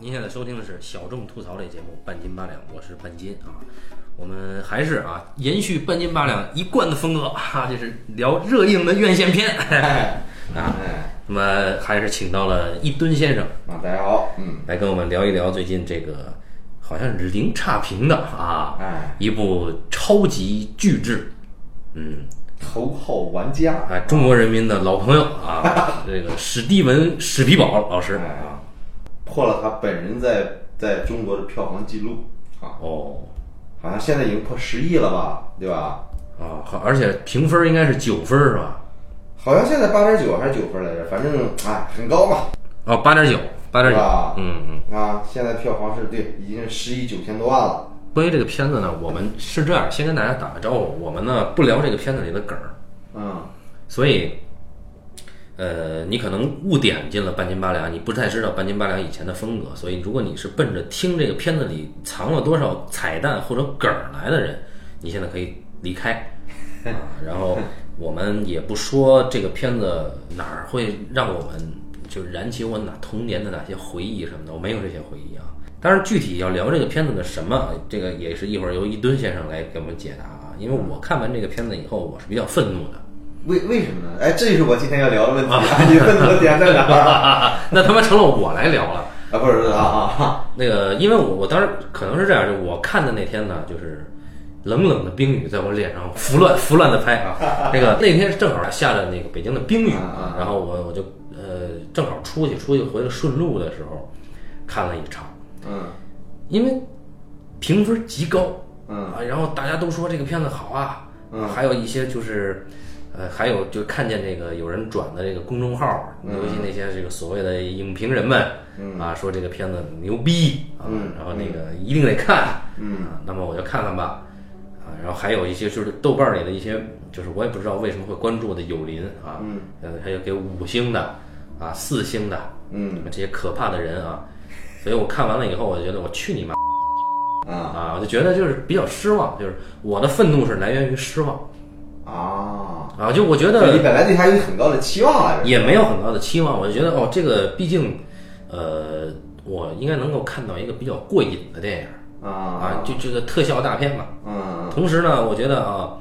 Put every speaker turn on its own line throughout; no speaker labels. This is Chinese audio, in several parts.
您现在收听的是小众吐槽类节目《半斤八两》，我是半斤啊。我们还是啊，延续半斤八两一贯的风格啊，就是聊热映的院线片 啊。
哎，
那么还是请到了一吨先生
啊，大家好，嗯，
来跟我们聊一聊最近这个好像是零差评的啊，
哎，
一部超级巨制，嗯，
头号玩家，
啊，中国人民的老朋友啊，这个史蒂文史皮堡老师
哎
啊，
破了他本人在在中国的票房记录啊，
哦
好像现在已经破十亿了吧，对吧？
啊，好，而且评分应该是九分是吧？
好像现在八点九还是九分来着，反正哎很高嘛，
哦，八点九，八点
是
九，
吧？
嗯嗯。
啊，现在票房是对，已经十亿九千多万了。
关于这个片子呢，我们是这样，先跟大家打个招呼，我们呢不聊这个片子里的梗儿，
嗯，
所以，呃，你可能误点进了半斤八两，你不太知道半斤八两以前的风格，所以如果你是奔着听这个片子里藏了多少彩蛋或者梗儿来的人，你现在可以离开啊。然后我们也不说这个片子哪儿会让我们就燃起我哪童年的哪些回忆什么的，我没有这些回忆啊。当然，具体要聊这个片子的什么，这个也是一会儿由一吨先生来给我们解答啊。因为我看完这个片子以后，我是比较愤怒的。
为为什么呢？哎，这就是我今天要聊的问题啊！ 你问我点在哪儿啊？
那他妈成了我来聊了。
啊，不是啊啊，
那个，因为我我当时可能是这样，就我看的那天呢，就是冷冷的冰雨在我脸上拂乱拂乱的拍啊。那个那天正好下着那个北京的冰雨
啊啊，
然后我我就呃正好出去出去回来顺路的时候看了一场，
嗯
因为评分极高
嗯
啊，然后大家都说这个片子好啊，
嗯
还有一些就是。呃，还有就看见这个有人转的这个公众号，尤其那些这个所谓的影评人们，
嗯
啊，说这个片子牛逼啊，
嗯
然后那个一定得看，
嗯
啊，那么我就看看吧，啊，然后还有一些就是豆瓣儿里的一些，就是我也不知道为什么会关注的友邻啊，
嗯
呃，还有给五星的啊、四星的，
嗯
这些可怕的人啊，所以我看完了以后，我就觉得我去你妈
啊
啊，我就觉得就是比较失望，就是我的愤怒是来源于失望
啊！
啊，就我觉
对你
得
本来对他有很高的期望来着，
也没有很高的期望，我就觉得哦，这个毕竟，呃，我应该能够看到一个比较过瘾的电影。啊，
啊
就这个特效大片嘛。
嗯
同时呢，我觉得啊，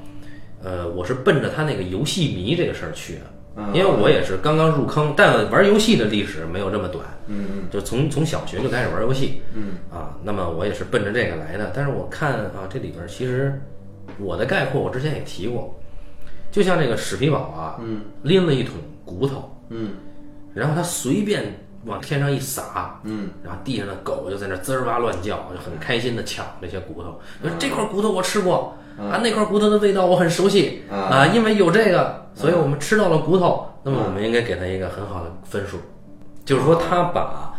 呃，我是奔着他那个游戏迷这个事儿去的，
嗯
因为我也是刚刚入坑，但玩游戏的历史没有这么短，
嗯
就从从小学就开始玩游戏
嗯
啊。那么我也是奔着这个来的。但是我看啊，这里边其实我的概括我之前也提过，就像这个史皮堡啊，
嗯
拎了一桶骨头，
嗯
然后他随便往天上一撒，
嗯，
然后地上的狗就在那滋儿哇乱叫，就很开心的抢这些骨头。
嗯
就说这块骨头我吃过啊，那块骨头的味道我很熟悉
嗯
啊，因为有这个，所以我们吃到了骨头。那么我们应该给他一个很好的分数，就是说他把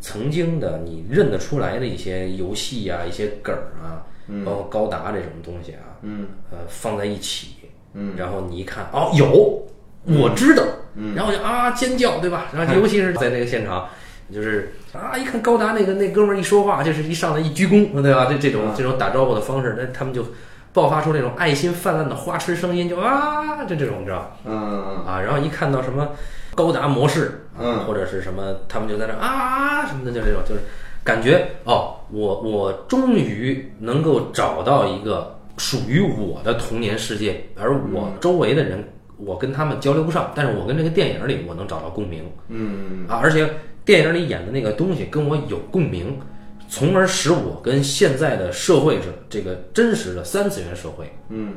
曾经的你认得出来的一些游戏啊、一些梗儿啊，包括高达这种东西啊，
嗯，
呃，放在一起，
嗯，
然后你一看，哦，有，我知道，嗯，然后我就啊尖叫，对吧？ 然后尤其是在那个现场，就是啊，一看高达那个那哥们儿一说话，就是一上来一鞠躬， 对吧？这这种这种打招呼的方式，那他们就爆发出那种爱心泛滥的花痴声音，就啊，就这种，你知道吧
嗯
啊？然后一看到什么高达模式，啊
嗯
或者是什么，他们就在那啊什么的，就这种，就是感觉哦，我我终于能够找到一个属于我的童年世界，而我
嗯
周围的人，我跟他们交流不上，但是我跟这个电影里我能找到共鸣
嗯
啊，而且电影里演的那个东西跟我有共鸣，从而使我跟现在的社会是这个真实的三次元社会
嗯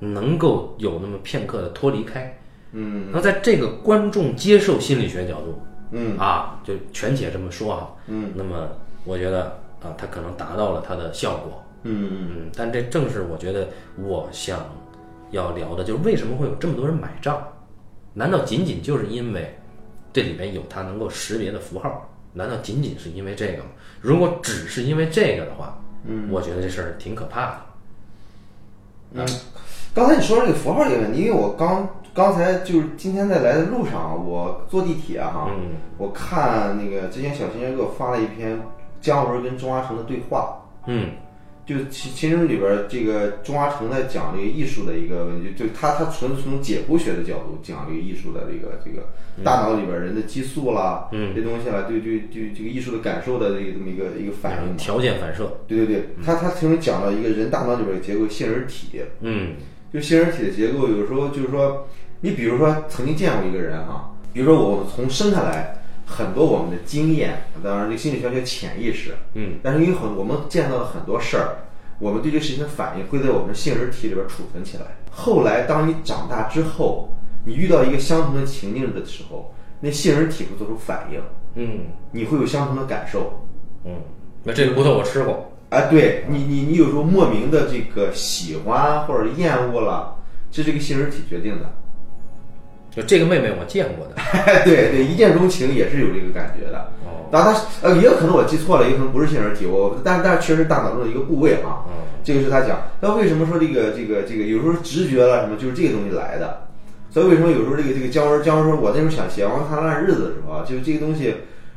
能够有那么片刻的脱离开。
嗯
那在这个观众接受心理学角度，
嗯
啊，就全且这么说哈，
嗯，
那么我觉得啊，它可能达到了它的效果，
嗯
嗯，但这正是我觉得我想要聊的，就是为什么会有这么多人买账？难道仅仅就是因为这里面有它能够识别的符号？难道仅仅是因为这个吗？如果只是因为这个的话，嗯，我觉得这事儿挺可怕的。
啊嗯。刚才你说这个符号这个问题，因为我刚刚才就是今天在来的路上，我坐地铁哈、
嗯
我看那个之前小新人给我发了一篇姜文跟钟嘉诚的对话，
嗯
就其其中里边儿这个钟华成在讲这个艺术的一个问题，就他他纯从解剖学的角度讲这个艺术的这个这个大脑里边儿人的激素啦，嗯，这东西啦，对对对这个艺术的感受的这个这么一个一个反应嘛。
条件反射，
对对对，他他其中讲了一个人大脑里边儿的结构杏仁体，
嗯
就杏仁体的结构，有时候就是说，你比如说曾经见过一个人哈、比如说我们从生下来，很多我们的经验，当然这个心理学叫潜意识，
嗯，
但是因为很我们见到了很多事儿，我们对这个事情的反应会在我们的杏仁体里边储存起来。后来当你长大之后，你遇到一个相同的情境的时候，那杏仁体会做出反应，
嗯
你会有相同的感受，
嗯，那这个骨头我吃过，
啊，对你，你你有时候莫名的这个喜欢或者厌恶了，这是这个杏仁体决定的。
就这个妹妹我见过 的，
对对，一见钟情也是有这个感觉的。
哦，
然后他呃，也有可能我记错了，也可能不是杏仁体，我但但确实大脑中的一个部位啊。
嗯
这个是他讲。那为什么说这个这个这个有时候直觉了什么，就是这个东西来的。所以为什么有时候这个这个姜文姜文说，我那时候想写《王灿烂日子》的时候啊，就是这个东西，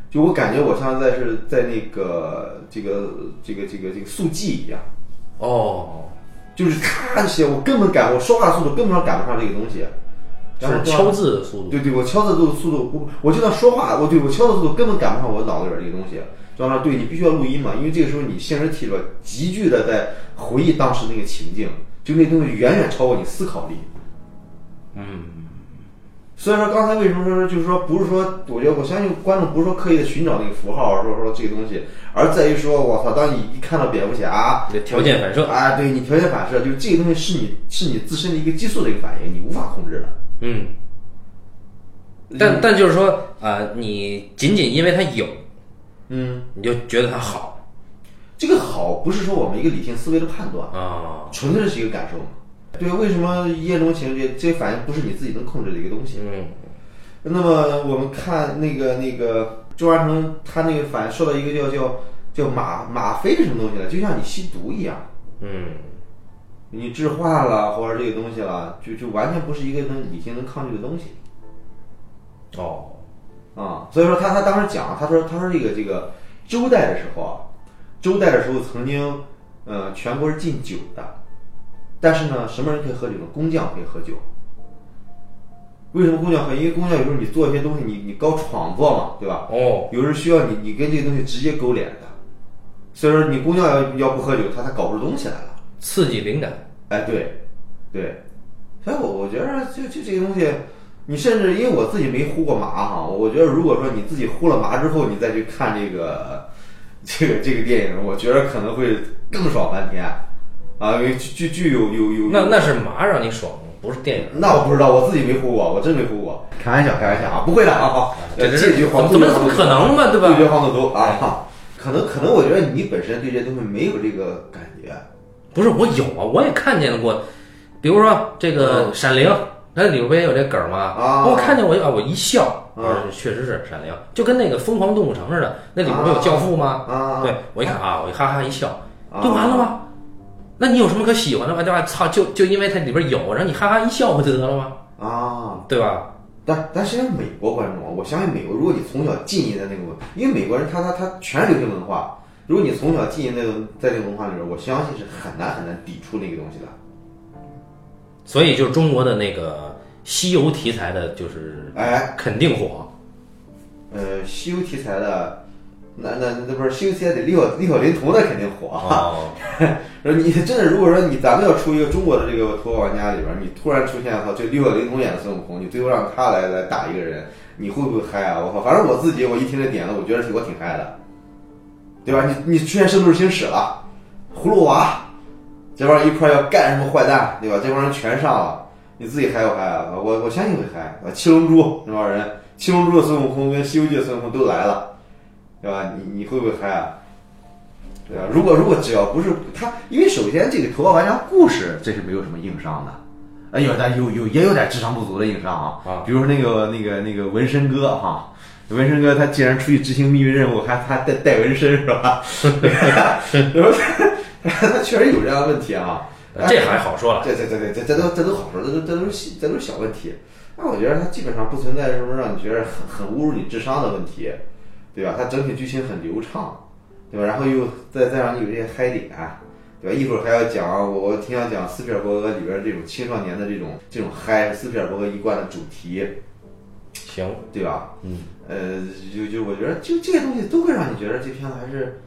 就我感觉我像在是在那个这个这个这个这个速记一样。
哦，
就是咔就写，我根本赶我说话速度根本上赶不上这个东西，然后
是敲字的速度，
对对，我敲字速度速度不，我就算说话，我对我敲字速度根本赶不上我脑子里边这个东西。张亮，对你必须要录音嘛，因为这个时候你现实体里边急剧的在回忆当时那个情境，就那东西远远超过你思考力。
嗯
所以说刚才为什么说就是说不是说，我觉得我相信观众不是说刻意的寻找那个符号，说说这个东西，而在于说我操，当你一看到蝙蝠侠，
对条件反射
啊，对你条件反射，就这个东西是你是你自身的一个激素的一个反应，你无法控制的。
嗯，但但就是说啊、你仅仅因为它有，
嗯，
你就觉得它好
这个好不是说我们一个理性思维的判断，
啊，
纯粹是一个感受嘛。对，为什么一见钟情这这些反应不是你自己能控制的一个东西？
嗯
那么我们看那个那个周华成，他那个反说到一个叫叫叫吗吗啡什么东西了，就像你吸毒一样，
嗯
你致幻了或者这个东西了，就就完全不是一个能理性能抗拒的东西。
哦，
啊、所以说他他当时讲，他说他说这个这个周代的时候啊，周代的时候曾经，呃，全国是禁酒的，但是呢，什么人可以喝酒呢？工匠可以喝酒。为什么工匠喝？因为工匠有时候你做一些东西，你你搞创作嘛，对吧？
哦，
有时候需要你你跟这个东西直接勾连的，所以说你工匠要要不喝酒，他他搞不出东西来了。
刺激灵感，
哎，对，对，所以我我觉得就就这个东西，你甚至因为我自己没呼过麻哈，我觉得如果说你自己呼了麻之后，你再去看这个这个这个电影，我觉得可能会更爽翻天啊，因为具具具有有有
那那是麻让你爽，不是电影。
那我不知道，我自己没呼过，我真没呼过，开玩笑，开玩笑啊，不会的啊，啊
这这
这句
怎
黄
么怎
赌毒
么怎么可能嘛，对吧
对？决黄赌毒啊，可能可能我觉得你本身对这东西没有这个感觉，
不是我有啊，我也看见过，比如说这个《闪灵》，那里边不也有这梗吗？
嗯啊
我看见我就啊，我一笑，
啊
我说确实是《闪灵》，就跟那个《疯狂动物城》似的，那里边不有教父吗？
啊
对我一看啊，我一哈哈一笑，
啊
就完了吗？那你有什么可喜欢的吗？对吧？操，就就因为它里边有，然后你哈哈一笑不就得了吗？
啊。
对吧？
但但实际上，美国观众啊，我相信美国，如果你从小浸淫在那个文，因为美国人他他他全是流行文化，如果你从小浸淫在那个在那个文化里边，我相信是很难很难抵触那个东西的。
所以就是中国的那个西游题材的，就是
哎，
肯定火。
呃，西游题材的，那那那不是西游题材得李小李小林童那肯定火。
哦，
然后你 真的如果说你咱们要出一个中国的这个脱口玩家里边，你突然出现哈，这六小龄童演的孙悟空，你最后让他来来打一个人，你会不会嗨啊？我靠，反正我自己我一听这点子，我觉得挺我挺嗨的，对吧？你你出现圣斗士星矢了，葫芦娃，这帮人一块儿要干什么坏蛋，对吧？这帮人全上了，你自己嗨不嗨啊？我我相信会嗨。啊，七龙珠那帮人，七龙珠的孙悟空跟西游记的孙悟空都来了，对吧？你你会不会嗨啊？对啊，如果如果只要不是他，因为首先这个《头号玩家》故事这是没有什么硬伤的，哎有但有有也有点智商不足的硬伤啊，
啊
比如说那个那个那个纹身哥哈、纹身哥他既然出去执行秘密任务，还还带带纹身是吧？ 然后他他 确实有这样的问题啊，
这还好说了。
这这这这这这都这都好说，这都这都是细这都是小问题。那我觉得它基本上不存在什么让你觉得很很侮辱你智商的问题，对吧？它整体剧情很流畅，对吧？然后又再再让你有这些嗨点，对吧？一会儿还要讲，我我挺想讲斯皮尔伯格里边这种青少年的这种这种嗨，斯皮尔伯格一贯的主题，
行，
对吧？
嗯，
呃，就就我觉得就这些东西都会让你觉得这片子还是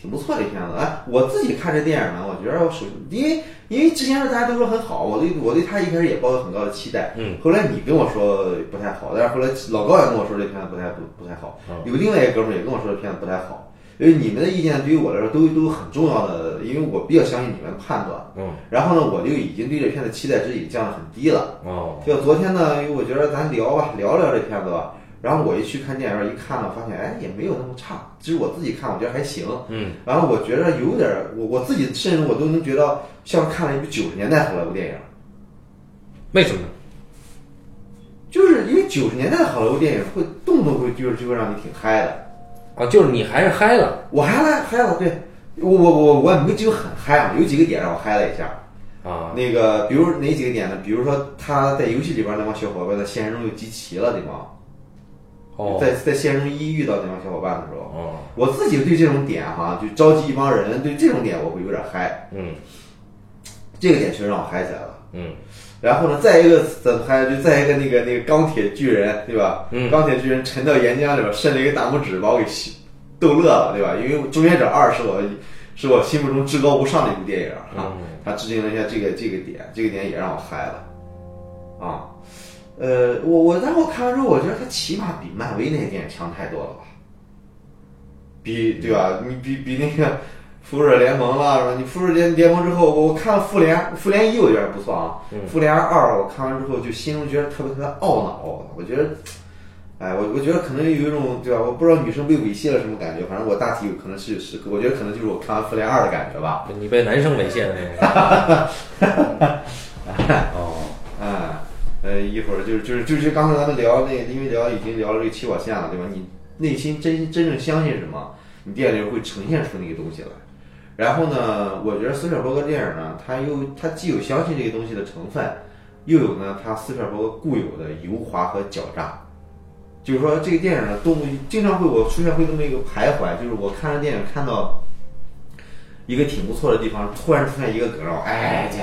挺不错的一片子。哎，我自己看这电影呢，我觉得我首因为因为之前大家都说很好，我对我对他一开始也抱有很高的期待。
嗯，
后来你跟我说不太好，但是后来老高也跟我说这片子不太不不太好，
嗯
有另外一个哥们儿也跟我说这片子不太好。因为你们的意见对于我来说都都很重要的，因为我比较相信你们的判断。
嗯，
然后呢，我就已经对这片的期待值已经降得很低了。
哦，
就昨天呢，因为我觉得咱聊吧，聊聊这片子吧。然后我一去看电影院，一看呢，发现哎也没有那么差，只是我自己看，我觉得还行。
嗯，
然后我觉得有点儿，我我自己甚至我都能觉得像看了一部九十年代好莱坞电影，
为什么呢？
就是因为九十年代的好莱坞电影会动不动会就是就会让你挺嗨的。
啊，就是你还是嗨了
我还来嗨了，对我我我我也没几个很嗨啊，有几个点让我嗨了一下。
啊，
那个，比如哪几个点呢？比如说他在游戏里边那帮小伙伴在现实中又集齐了，对吗？
哦，
在在现实中一遇到那帮小伙伴的时候，
哦，
我自己对这种点哈、就召集一帮人，对这种点我会有点嗨，
嗯
这个点确实让我嗨起来了。
嗯
然后呢，再一个怎么嗨？就再一个那个那个钢铁巨人，对吧？
嗯
钢铁巨人沉到岩浆里边，伸了一个大拇指，把我给吸逗乐了，对吧？因为《终结者二》是我是我心目中至高无上的一部电影啊，
嗯
他致敬了一下这个这个点，这个点也让我嗨了啊。呃，我我然后看完之后，我觉得他起码比漫威那些电影强太多了吧？比对吧？你比比那个复仇者联盟啦，是吧？你复仇者联联盟之后，我我看了复联，复联一我觉得不错啊，
嗯
复联二我看完之后就心中觉得特别特别懊恼，我觉得，哎，我我觉得可能有一种对吧？我不知道女生被猥亵了什么感觉，反正我大体有可能是是，我觉得可能就是我看完复联二的感觉吧，
嗯你被男生猥亵的那种。哦，
嗯。呃，一会儿就是就是就是刚才咱们聊那个，因为聊已经聊了这个起跑线了，对吧？你内心真真正相信什么，你电影里会呈现出那个东西来。然后呢，我觉得斯皮尔伯格电影呢，它又它既有相信这个东西的成分，又有呢它斯皮尔伯格固有的油滑和狡诈。就是说，这个电影呢，动物经常会我出现会这么一个徘徊，就是我看着电影看到一个挺不错的地方，突然出现一个梗，让我哎这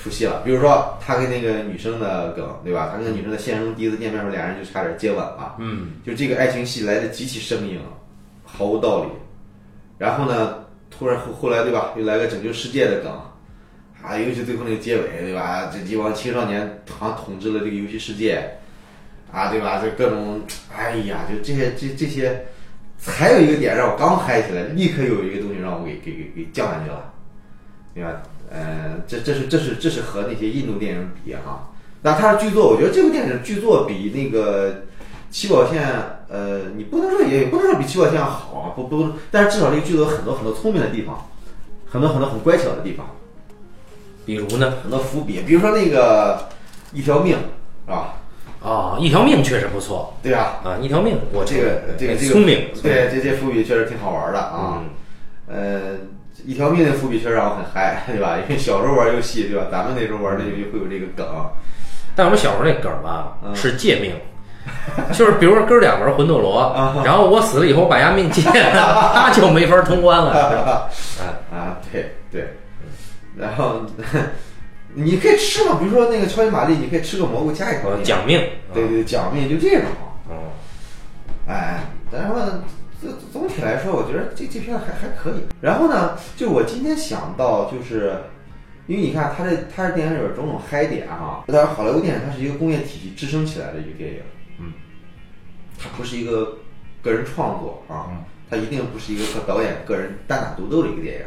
出戏了。比如说他跟那个女生的梗，对吧？他跟女生在现实中第一次见面的时候，俩人就差点接吻了。
嗯
就这个爱情戏来的极其生硬，毫无道理。然后呢，突然后后来对吧，又来个拯救世界的梗，啊，尤其最后那个结尾对吧？这一帮青少年好像统治了这个游戏世界，啊，对吧？这各种，哎呀，就这些这这些，还有一个点让我刚嗨起来，立刻有一个东西让我给给给给降下去了，对吧？呃，这这是这是这是和那些印度电影比哈、那它的剧作，我觉得这部电影的剧作比那个起跑线，呃，你不能说也也不能说比起跑线好，啊不不，但是至少这个剧组有很多很多聪明的地方，很多很多很乖巧的地方，
比如呢？
很多伏笔，比如说那个一条命，是吧？
哦，一条命确实不错
对吧？
啊，一条命，我
这个这个这个
聪明，
对这这伏笔确实挺好玩的啊。
嗯
呃，一条命的伏笔确实让我很嗨，对吧？因为小时候玩游戏，对吧？咱们那时候玩的游戏会有这个梗，
但我们小时候那梗儿吧
嗯
是借命，就是比如说哥俩玩魂斗罗，
啊
然后我死了以后我把丫命借 了，他就没法通关了。是吧哎
啊，对对，然后你可以吃嘛，比如说那个超级玛丽，你可以吃个蘑菇加一
哎，
条
我
命，
讲命，啊
对对，奖励就这种，
嗯，
哎，然后呢，这总体来说，我觉得这这片还还可以。然后呢，就我今天想到，就是因为你看，它这它这电影有种种嗨点哈、但是好莱坞电影它是一个工业体系支撑起来的一个电影，
嗯，
它不是一个个人创作啊，
嗯
它一定不是一个和导演个人单打独斗的一个电影，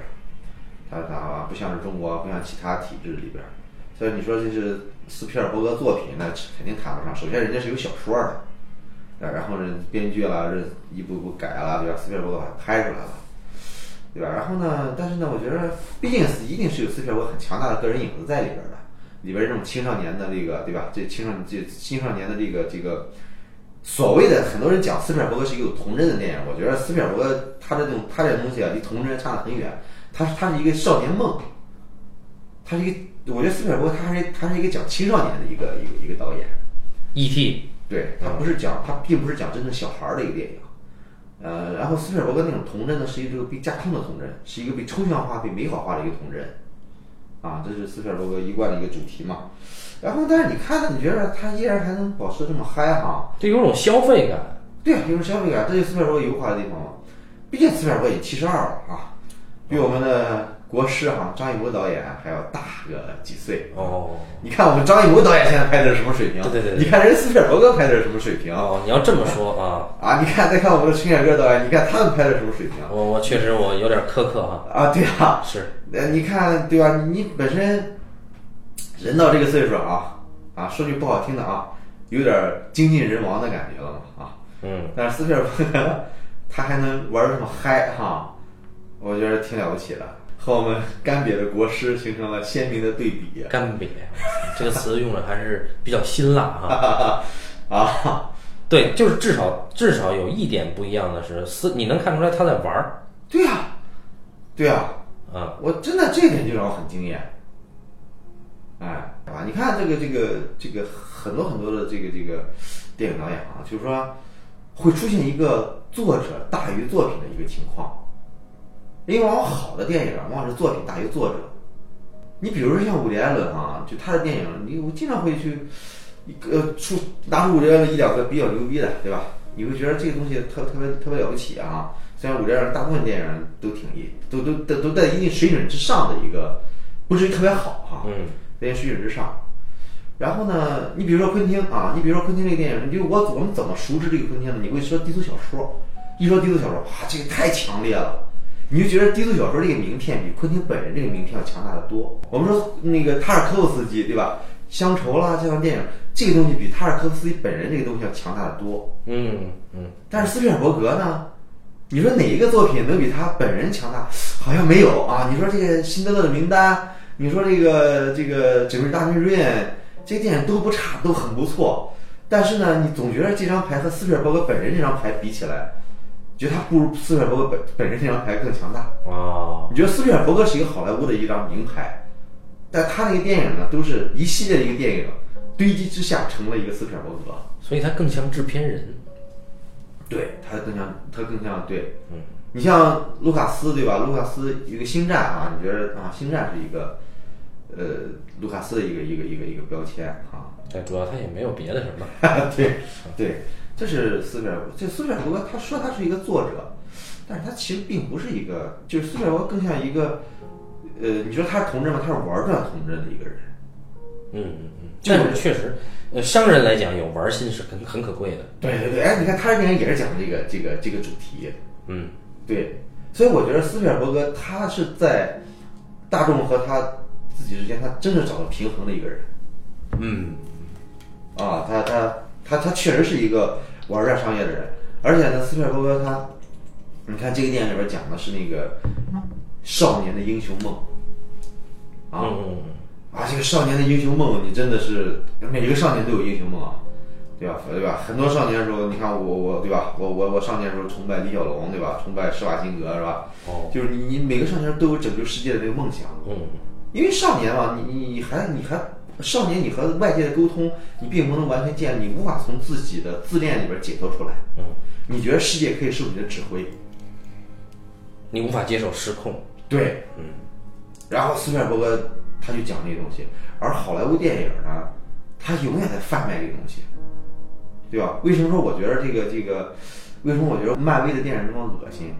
它它不像是中国，不像其他体制里边儿。所以你说这是斯皮尔伯格作品，那肯定谈不上。首先，人家是有小说的，啊，然后呢，编剧啦，这一步步改啦，对吧？斯皮尔伯格把它拍出来了，对吧？然后呢，但是呢，我觉得毕竟是一定是有斯皮尔伯格很强大的个人影子在里边的，里边这种青少年的这个，对吧？这青少这青少年的这个这个所谓的很多人讲斯皮尔伯格是一个有童真的电影，我觉得斯皮尔伯格他的这种他这东西啊，离童真差得很远，他是他是一个少年梦，他是一个，我觉得斯皮尔伯格他是他是一个讲青少年的一个一个一个导演。
，E.T.
对，它不是讲，它并不是讲真正小孩儿的一个电影，呃，然后斯皮尔伯格那种童真呢，是一个被架空的童真，是一个被抽象化、被美好化的一个童真，啊，这是斯皮尔伯格一贯的一个主题嘛。然后，但是你看呢，你觉得他依然还能保持这么嗨哈？
这有种消费感。
对啊，就是消费感，这就是斯皮尔伯格油滑的地方嘛。毕竟斯皮尔伯格也七十二了啊，比我们的国师哈、张艺谋导演还要大个几岁。
哦
你看我们张艺谋导演现在拍的是什么水平？
对对对对
你看人斯皮尔伯格拍的是什么水平啊？
哦，你要这么说啊，
啊，你看再看我们的陈凯歌导演，你看他们拍的什么水平啊？
我我确实我有点苛刻啊。
啊，对啊，
是，
呃，你看对吧？你本身人到这个岁数啊，啊，说句不好听的啊，有点精尽人亡的感觉了嘛啊。
嗯，
但是斯皮尔伯格他还能玩这么嗨哈、我觉得挺了不起的，和我们干瘪的国师形成了鲜明的对比。啊
干瘪这个词用的还是比较辛辣啊。
啊，
对，就是至少至少有一点不一样的是，斯你能看出来他在玩儿
对呀、对呀、
啊，
我真的这一点就让我很惊艳。哎，对吧？你看这个这个这个很多很多的这个这个电影导演啊，就是说会出现一个作者大于作品的一个情况，因为往往好的电影往往是作品大于作者。你比如说像伍迪·艾伦啊，就他的电影，你我经常会去一个呃出拿出伍迪·艾伦一两个比较牛逼的，对吧？你会觉得这个东西特特别特别了不起啊！虽然伍迪·艾伦大部分电影都挺一都都都都在一定水准之上的一个，不至于特别好哈、
嗯，
在一定水准之上。然后呢，你比如说昆汀啊，你比如说昆汀这个电影，你就我我们怎么熟知这个昆汀呢？你会说低俗小说，一说低俗小说，哇，这个太强烈了，你就觉得低俗小说这个名片比昆汀本人这个名片要强大的多。我们说那个塔尔科夫斯基对吧？乡愁啦，这样的电影，这个东西比塔尔科夫斯基本人这个东西要强大的多。
嗯嗯，
但是斯皮尔伯格呢？你说哪一个作品能比他本人强大？好像没有啊。你说这个《辛德勒的名单》，你说这个这个《整个大命运》，这些电影都不差，都很不错。但是呢，你总觉得这张牌和斯皮尔伯格本人这张牌比起来，觉得他不如斯皮尔伯格本本人这张牌更强大。
哦，
你觉得斯皮尔伯格是一个好莱坞的一张名牌，但他那个电影呢，都是一系列的一个电影堆积之下成了一个斯皮尔伯格。
所以他更像制片人，
对，他更像他更像对，嗯，你像卢卡斯对吧？卢卡斯一个星战啊，你觉得啊，星战是一个呃卢卡斯的一个一个一个一个标签啊，
但主要他也没有别的什么，
对对，这是斯皮尔伯，这斯皮尔伯格他说他是一个作者，但是他其实并不是一个，就是斯皮尔伯格更像一个呃，你说他是童真吗？他是玩转童真的一个人，
嗯嗯嗯，
就
但是确实，呃，商人来讲有玩心是很很可贵的，
对对对，哎，你看他这电影也是讲这个这个这个主题，
嗯
对，所以我觉得斯皮尔伯格他是在大众和他自己之间，他真的找到平衡的一个人
嗯，
啊，他他他他确实是一个玩转商业的人，而且呢，斯皮尔伯格他，你看这个电影里边讲的是那个少年的英雄梦啊，
嗯
啊，这个少年的英雄梦，你真的是每一个少年都有英雄梦啊，对吧？对吧？很多少年的时候，你看我我对吧？我我我少年的时候崇拜李小龙，对吧？崇拜施瓦辛格，是吧？
哦，
就是你你每个少年都有拯救世界的那个梦想，
嗯
因为少年嘛，你你你还你还少年，你和外界的沟通，你并不能完全建立，你无法从自己的自恋里边解脱出来。
嗯，
你觉得世界可以受你的指挥？
你无法接受失控，
对，嗯。然后斯皮尔伯格他就讲这个东西，而好莱坞电影呢，他永远在贩卖这个东西，对吧？为什么说我觉得这个这个，为什么我觉得漫威的电影那么恶心？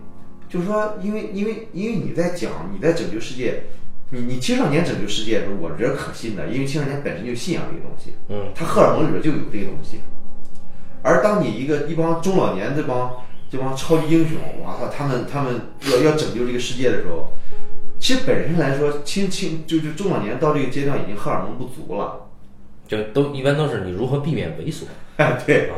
就是说，因为因为因为你在讲你在拯救世界，你你青少年拯救世界的时候，我觉得可信的，因为青少年本身就信仰这个东西，
嗯，
他荷尔蒙里边就有这个东西。而当你一个一帮中老年这帮这帮超级英雄，哇操，他们他们要要拯救这个世界的时候，其实本身来说，青青就就中老年到这个阶段已经荷尔蒙不足了，
就都一般都是你如何避免猥琐，
对
啊，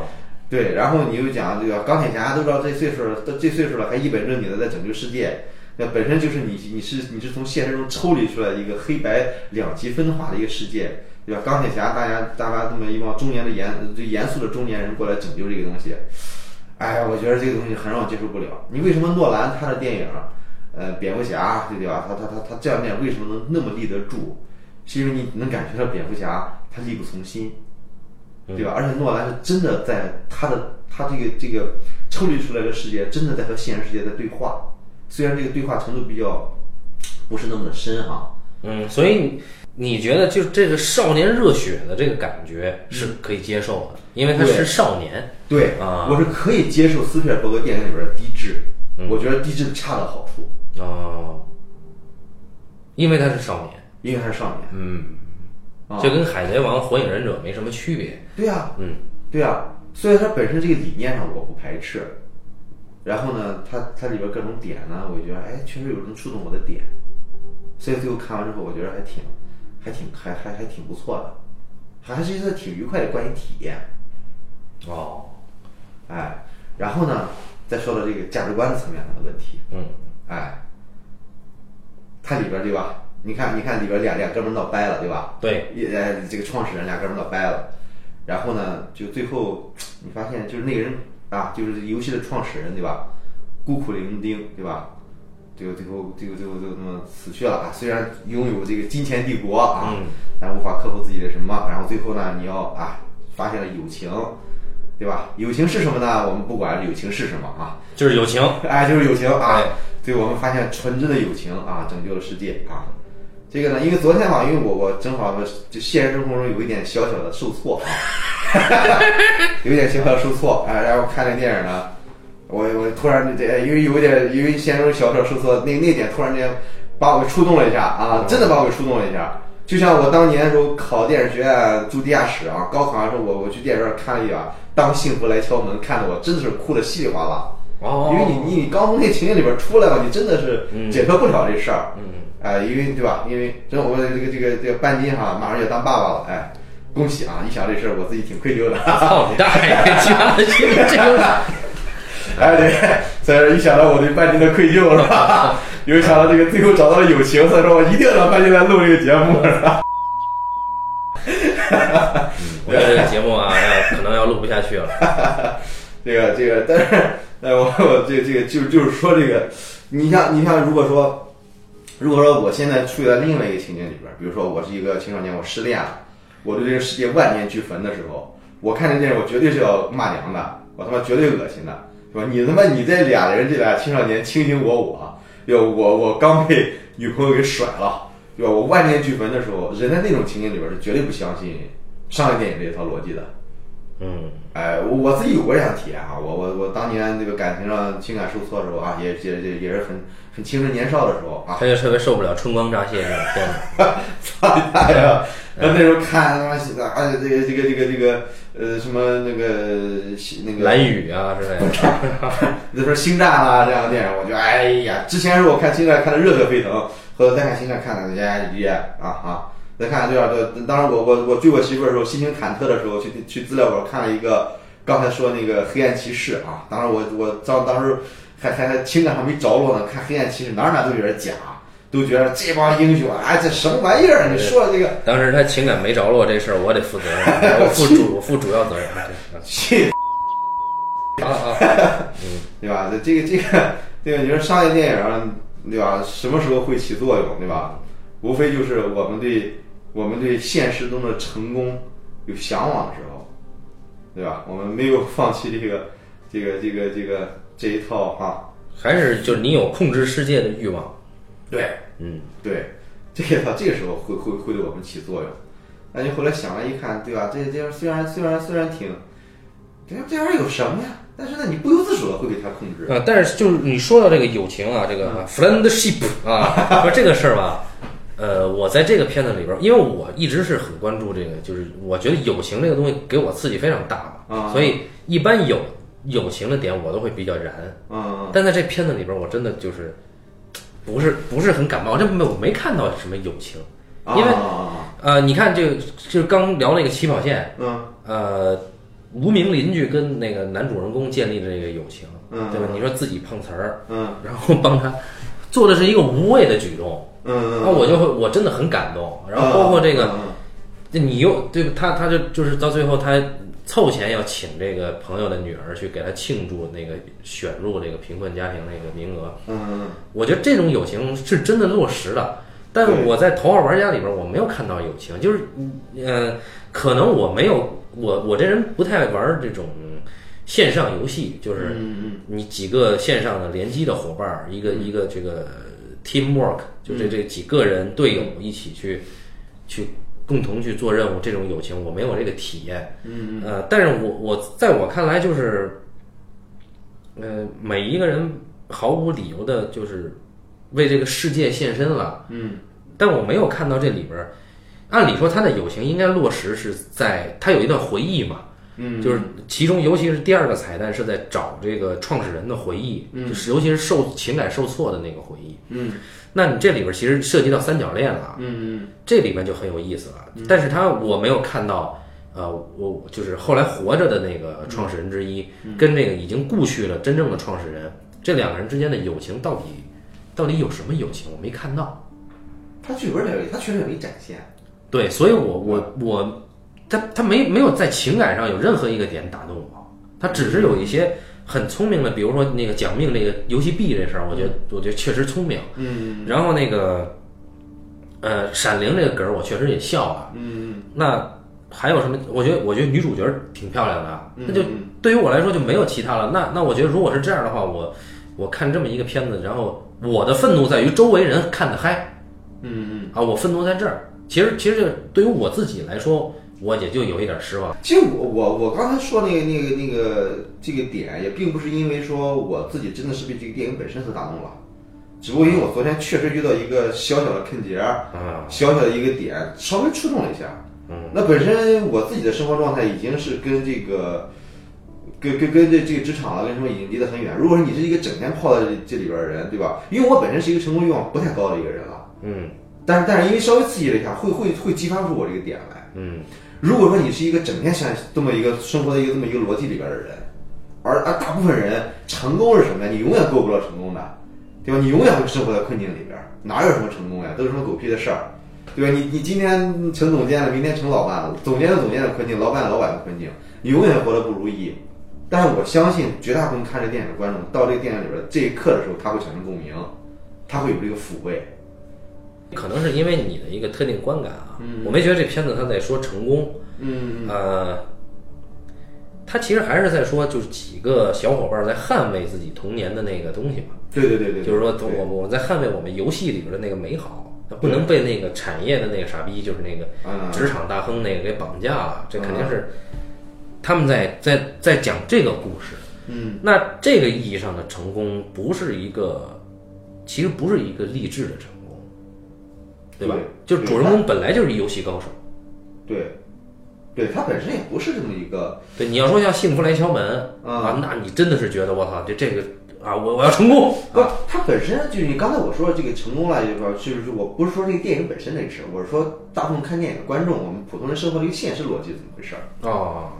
对，然后你又讲这个钢铁侠都到这岁数了，到这岁数了还一本正经的在拯救世界，那本身就是你你是你是从现实中抽离出来的一个黑白两极分化的一个世界，对吧？钢铁侠大家大家这么一帮中年的严就严肃的中年人过来拯救这个东西，哎呀，我觉得这个东西很让我接受不了。你为什么诺兰他的电影，呃，蝙蝠侠对对吧？他他他他这样的电影为什么能那么立得住？是因为你能感觉到蝙蝠侠他
嗯
力不从心。对吧？而且诺兰是真的在他的他这个这个抽离出来的世界真的在和现实世界在对话，虽然这个对话程度比较不是那么的深哈、
嗯，所以你你觉得就是这个少年热血的这个感觉是可以接受的，因为他
嗯对
是少年。
对，
啊嗯
我是可以接受斯皮尔伯格电影里边的低智，我觉得低智恰到好处，
哦，因为他是少年，
因为他是少年。
嗯，
啊
这跟海贼王、火影忍者没什么区别。
对呀、
嗯，
对呀、所以它本身这个理念上我不排斥，然后呢，它它里边各种点呢，我觉得哎，确实有能触动我的点，所以最后看完之后，我觉得还挺，还挺还还还挺不错的，还还是一个挺愉快的观影体验，
哦，
哎，然后呢，再说到这个价值观层面上的问题，
嗯，
哎，它里边对吧？你看，你看里边俩俩哥们儿闹掰了，对吧？
对，
也呃这个创始人俩哥们儿闹掰了，然后呢，就最后你发现就是那个人啊，就是游戏的创始人对吧？孤苦伶仃对吧？最后最后最后最后就那么死去了啊！虽然拥有这个金钱帝国啊，
嗯
但无法克服自己的什么，然后最后呢，你要啊发现了友情，对吧？友情是什么呢？我们不管友情是什么啊，
就是友情。
哎，就是友情啊
哎！
对，我们发现纯真的友情啊，拯救了世界啊！这个呢，因为昨天嘛，因为我我正好就现实生活中有一点小小的受挫啊， 有一点小小的受挫啊，然后看那电影呢，我我突然这哎因为有一点因为现实中小小受挫，那那点突然间把我给触动了一下啊，真的把我给触动了一下。就像我当年的时候考电影学院驻地下室啊，高考的时候我我去电影院看了一把《当幸福来敲门》，看得我真的是哭得稀里哗啦。
哦，
因为你你你刚从那情景里边出来了，你真的是解脱不了这事儿，
嗯，
哎、因为对吧？因为真的我这个这个这个半斤哈，马上要当爸爸了，哎，恭喜啊！一想这事儿，我自己挺愧疚的，
操你大爷！家的这个这个，
哎，对，所以说一想到我对半斤的愧疚是吧？ 又想到这个最后找到了友情，所以说我一定要让半斤来录这个节目是吧？
我觉得这个节目啊，要可能要录不下去了。
这个这个，但是哎，我我这这个就就是说这个，你像你像如果说。如果说我现在处于在另外一个情景里边儿，比如说我是一个青少年，我失恋了，我对这个世界万念俱焚的时候，我看这电影我绝对是要骂娘的，我他妈绝对恶心的，是吧？你他妈你这俩人这俩青少年卿卿我我，哟我我刚被 女朋友给甩了，对吧？我万念俱焚的时候，人在那种情景里边儿是绝对不相信商业电影这一套逻辑的。
嗯，
哎，我我自己有过这样的体验啊，我我我当年这个感情上情感受挫的时候啊，也也也也是很很青春年少的时候啊，
他就特别受不了春光乍泄这种片子。
操你大爷！那那时候看他妈是啊，这个这个这个这个呃什么那个西那个
蓝雨啊之类的。
那时候《星战》啊这样的电影，我就哎呀，之前是我看《星战》看的热血沸腾，后来再看《星战》看的哎呀啊啊，再看对啊对，当时我我我追我媳妇儿的时候，心情忐忑的时候，去去资料馆看了一个刚才说那个《黑暗骑士》啊，当时我我当当时还还还情感还没着落呢，看《黑暗骑士》哪儿哪儿都觉得假。都觉得这帮英雄，哎，这什么玩意儿？你说的这个，
当时他情感没着落这事儿，我得负责任，我负主我负主要责任。
去
啊啊！
对吧？这这个这个，对吧？你说商业电影，对吧？什么时候会起作用，对吧？无非就是我们对我们对现实中的成功有向往的时候，对吧？我们没有放弃这个这个这个这个这一套哈、
还是就是你有控制世界的欲望。
对
嗯，
对，这一套这个时候会会会对我们起作用。那你后来想了一看，对吧？这这样虽然虽然虽然挺，这这玩意儿有什么呀？但是呢，你不由自主的会给它控制。
啊，但是就是你说到这个友情啊，这个
嗯
啊 friendship 啊， 说这个事儿吧，呃，我在这个片子里边儿，因为我一直是很关注这个，就是我觉得友情这个东西给我刺激非常大嘛，
啊
所以一般有友情的点我都会比较燃，
嗯，
但在这片子里边儿，我真的就是不是不是很感冒，这没我没看到什么友情，
啊
因为
啊啊
呃，你看这个就是刚聊那个起跑线，
啊嗯
呃，无名邻居跟那个男主人公建立的这个友情，
嗯
对吧？你说自己碰瓷儿，
嗯。
然后帮他做的是一个无谓的举动，
嗯
那我就会我真的很感动。然后包括这个，，
嗯
这你又对吧？他他就就是到最后他凑钱要请这个朋友的女儿去给他庆祝那个选入这个贫困家庭那个名额，
嗯嗯
我觉得这种友情是真的落实的，但是
对
我在《头号玩家》里边我没有看到友情，就是嗯呃，可能我没有我我这人不太玩这种线上游戏，就是
嗯
你几个线上的联机的伙伴儿，一个一个这个 teamwork，就
嗯
这这几个人队友一起去去共同去做任务，这种友情我没有这个体验。嗯，呃，但是我我在我看来就是，呃，每一个人毫无理由的，就是为这个世界献身了。
嗯，
但我没有看到这里边儿，按理说他的友情应该落实是在他有一段回忆嘛。
嗯，
就是其中，尤其是第二个彩蛋是在找这个创始人的回忆，
嗯
就是尤其是受情感受挫的那个回忆。
嗯
那你这里边儿其实涉及到三角恋了啊，
嗯
这里面就很有意思了。但是他我没有看到，呃，我就是后来活着的那个创始人之一，
嗯
跟那个已经故去了真正的创始人，这两个人之间的友情到底到底有什么友情？我没看到。
嗯，他剧本里他确实也没展现，
对，所以我我我，他他没没有在情感上有任何一个点打动我，他只是有一些很聪明的，比如说那个讲命那个游戏币这事儿，我觉得我觉得确实聪明。
嗯
然后那个，呃，闪灵这个梗儿我确实也笑了。
嗯
那还有什么？我觉得，我觉得女主角挺漂亮的啊，
嗯
那就对于我来说就没有其他了。那那我觉得，如果是这样的话，我我看这么一个片子，然后我的愤怒在于周围人看得嗨
嗯嗯，
啊，我愤怒在这儿。其实其实这对于我自己来说，我也就有一点失望。
其实我我我刚才说那个那个那个这个点，也并不是因为说我自己真的是被这个电影本身所打动了，只不过因为我昨天确实遇到一个小小的坑节儿，
啊，
小小的一个点，稍微触动了一下。嗯，那本身我自己的生活状态已经是跟这个，跟跟跟这这个职场啊，跟什么已经离得很远。如果说你是一个整天泡在这这里边的人，对吧？因为我本身是一个成功欲望不太高的一个人了，
嗯
但是但是因为稍微刺激了一下，会会会激发出我这个点来。
嗯
如果说你是一个整天想这么一个生活的一个这么一个逻辑里边的人，而而大部分人成功是什么呀？你永远够不了成功的，对吧？你永远会生活在困境里边，哪有什么成功呀？都是什么狗屁的事儿，对吧？你你今天成总监了，明天成老板了，总监有总监的困境，老板有老板的困境，你永远活得不如意。但是我相信绝大部分看这电影的观众，到这个电影里边这一刻的时候，他会产生共鸣，他会有这个抚慰。
可能是因为你的一个特定观感啊，我没觉得这片子他在说成功，
嗯
呃，他其实还是在说就是几个小伙伴儿在捍卫自己童年的那个东西嘛。
对对对对，
就是说，
对
我我在捍卫我们游戏里边的那个美好，不能被那个产业的那个傻逼，就是那个
嗯
职场大亨那个给绑架了。这
啊
肯定是他们在在在讲这个故事。
嗯，
那这个意义上的成功，不是一个，其实不是一个励志的成功，对吧？
对
就是主人公本来就是一游戏高手。
对，对，它本身也不是这么一个，
对，你要说像《幸福来敲门》
嗯
啊，那你真的是觉得我操，这这个啊，我我要成功
不，它本身就是你刚才我说的这个成功了，就是说就是我不是说这个电影本身这个事儿，我是说大部分看电影的观众，我们普通人生活的一个现实逻辑怎么回事儿，
哦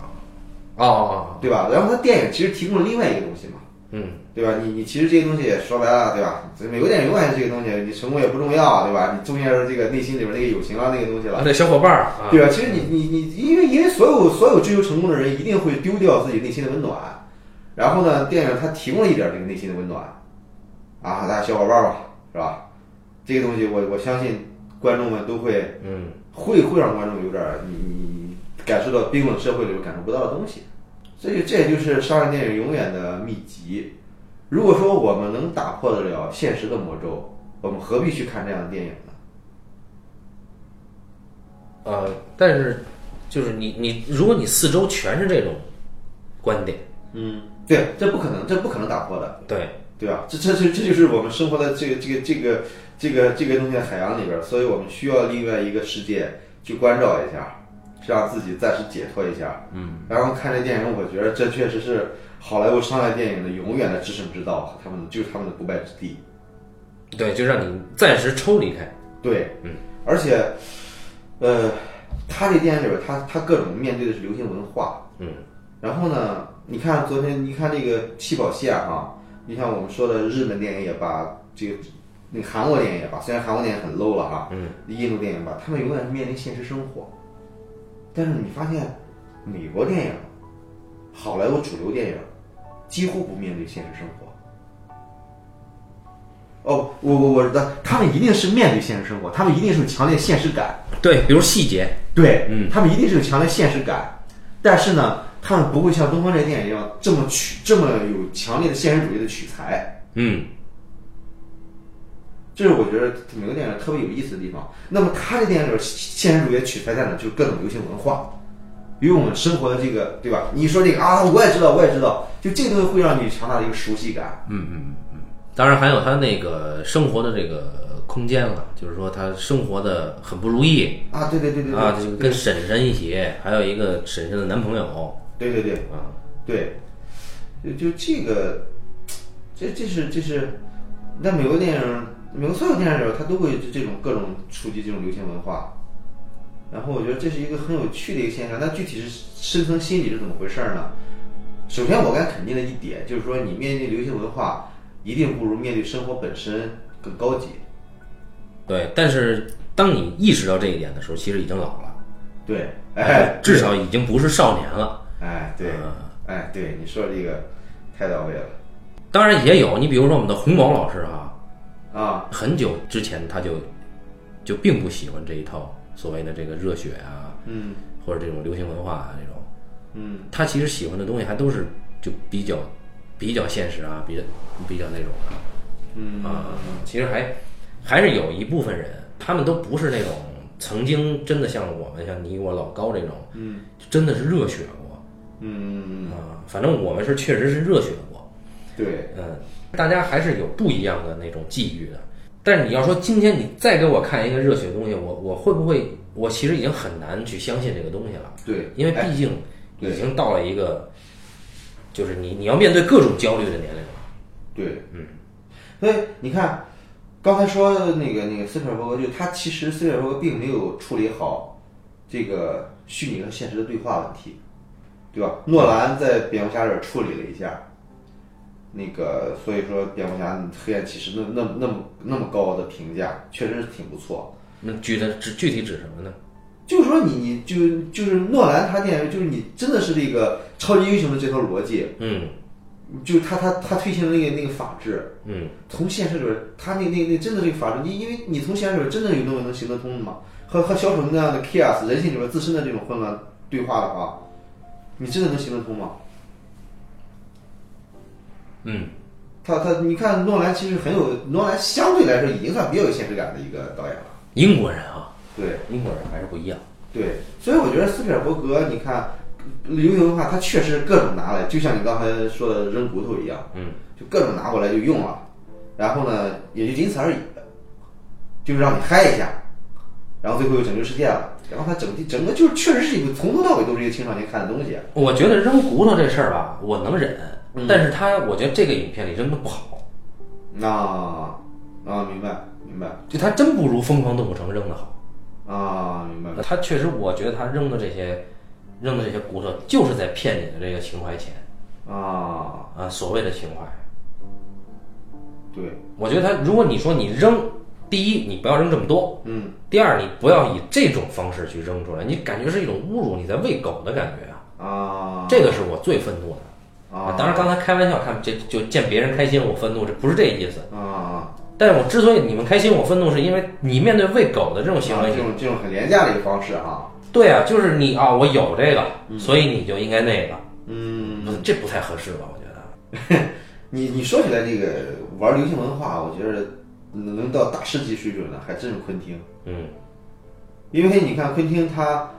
哦，
对吧？然后它电影其实提供了另外一个东西嘛，
嗯
对吧？你你其实这些东西也说白了，对吧？这美国电影永远是这个东西，你成功也不重要，对吧？你重要是这个内心里边那个友情啊那个东西了
啊，。这小伙伴儿啊，
对吧？其实你你你，因为因为所有所有追求成功的人一定会丢掉自己内心的温暖，然后呢，电影它提供了一点这个内心的温暖，啊，大家小伙伴儿吧，是吧？这个东西我我相信观众们都会
嗯。
会会让观众有点儿你你你感受到冰冷社会里面感受不到的东西，所以这也就是商业电影永远的秘籍。如果说我们能打破得了现实的魔咒，我们何必去看这样的电影呢？
呃，但是就是你你，如果你四周全是这种观点，
嗯，对，这不可能，这不可能打破的。
对，
对吧？这这这这就是我们生活在这个这个这个这个这个东西的海洋里边儿，所以我们需要另外一个世界去关照一下，让自己暂时解脱一下。嗯，然后看这电影，我觉得这确实是好莱坞商业电影的永远的制胜之道，和他们就是他们的不败之地。
对，就让你暂时抽离开。
对，嗯，而且，呃，他这电影里边儿，他他各种面对的是流行文化，
嗯，
然后呢，你看昨天，你看这个七宝线哈、你像我们说的日本电影也罢，这个那个韩国电影也罢，虽然韩国电影很 low 了哈，
嗯，
印度电影吧，他们永远是面临现实生活，但是你发现美国电影、好莱坞主流电影几乎不面对现实生活。哦，我我我知道，他们一定是面对现实生活，他们一定是有强烈现实感，
对，比如细节，
对，
嗯
他们一定是有强烈现实感，但是呢，他们不会像东方这些电影一样这么取这么有强烈的现实主义的取材。
嗯，
这是我觉得每个电影特别有意思的地方。那么他这电影里边现实主义的取材在哪？就是各种流行文化，与我们生活的这个，对吧？你说这个啊，我也知道，我也知道，就这个东西会让你强大的一个熟悉感。
当然还有他那个生活的这个空间了，就是说他生活的很不如意
啊，对对对对对，
啊，这个跟婶婶一起，还有一个婶婶的男朋友
对对对
啊，
对，就就这个，这这是这是，在美国电影，美国所有电影里边，它都会这种各种触及这种流行文化。然后我觉得这是一个很有趣的一个现象，但具体是深层心理是怎么回事儿呢？首先，我敢肯定的一点就是说，你面对流行文化，一定不如面对生活本身更高级。
对。但是当你意识到这一点的时候，其实已经老了，
对，哎，
至少已经不是少年了。啊
哎，对，
嗯
哎，对，你说这个太到位了
当然也有，你比如说我们的红毛老师啊，
啊！
很久之前他就就并不喜欢这一套所谓的这个热血啊，
嗯
或者这种流行文化啊这种，
嗯，
他其实喜欢的东西还都是就比较比较现实啊，比较比较那种啊，
嗯
啊，其实还还是有一部分人，他们都不是那种曾经真的像我们像你我老高这种，嗯，真的是热血过
嗯，
啊，反正我们是确实是热血过，
对，
嗯，大家还是有不一样的那种际遇的。但是你要说今天你再给我看一个热血的东西，我我会不会？我其实已经很难去相信这个东西了，
对，
因为
哎
毕竟
对
已经到了一个，就是你你要面对各种焦虑的年龄了。
对，嗯，所以你看，刚才说的那个那个斯皮尔伯格，就他其实斯皮尔伯格并没有处理好这个虚拟和现实的对话问题，对吧？诺兰在《蝙蝠侠》这儿处理了一下，那个所以说《蝙蝠侠》《黑暗骑士》那那那么那么高的评价，确实是挺不错。
那举的指具体指什么呢？
就是说你你就就是诺兰他电影就是你真的是这个超级英雄的这套逻辑，
嗯
就是他他他推行的那个那个法治，
嗯，
从现实里边，他那那那真的这个法治，因因为你从现实里边真的有东西能行得通的嘛，和和小丑那样的 chaos 人性里边自身的这种混乱对话的话，你真的能行得通吗？
嗯，
他他你看诺兰其实很有诺兰相对来说已经算比较有现实感的一个导演了，
英国人啊，
对
英国人还是不一样。
对，所以我觉得斯皮尔伯格，你看流行文化，他确实各种拿来，就像你刚才说的扔骨头一样，
嗯，
就各种拿过来就用了，然后呢，也就仅此而已，就是让你嗨一下，然后最后又拯救世界了。然后它整体整个就是确实是一个从头到尾都是一个青少年看的东西，
我觉得扔骨头这事儿吧，我能忍，
嗯
但是他，我觉得这个影片里扔的不好，
啊啊，明白明白
就他真不如《疯狂动物城》扔的好。
啊明白，
他确实，我觉得他扔的这些，扔的这些骨头，就是在骗你的这个情怀钱
啊
啊，所谓的情怀。
对，
我觉得他，如果你说你扔，第一，你不要扔这么多；
嗯
第二，你不要以这种方式去扔出来，你感觉是一种侮辱，你在喂狗的感觉啊，
啊
这个是我最愤怒的。
啊
当然，刚才开玩笑，看这就见别人开心我愤怒，这不是这意思。
啊
但是我之所以你们开心我愤怒，是因为你面对喂狗的这种行
啊
为
这，种这种很廉价的一个方式哈，
对啊，就是你啊，我有这个，所以你就应该那个，
嗯。
不这不太合适吧？我觉得。
你你说起来这个玩流行文化，我觉得能能到大师级水准的还真是昆汀，
嗯
因为你看昆汀他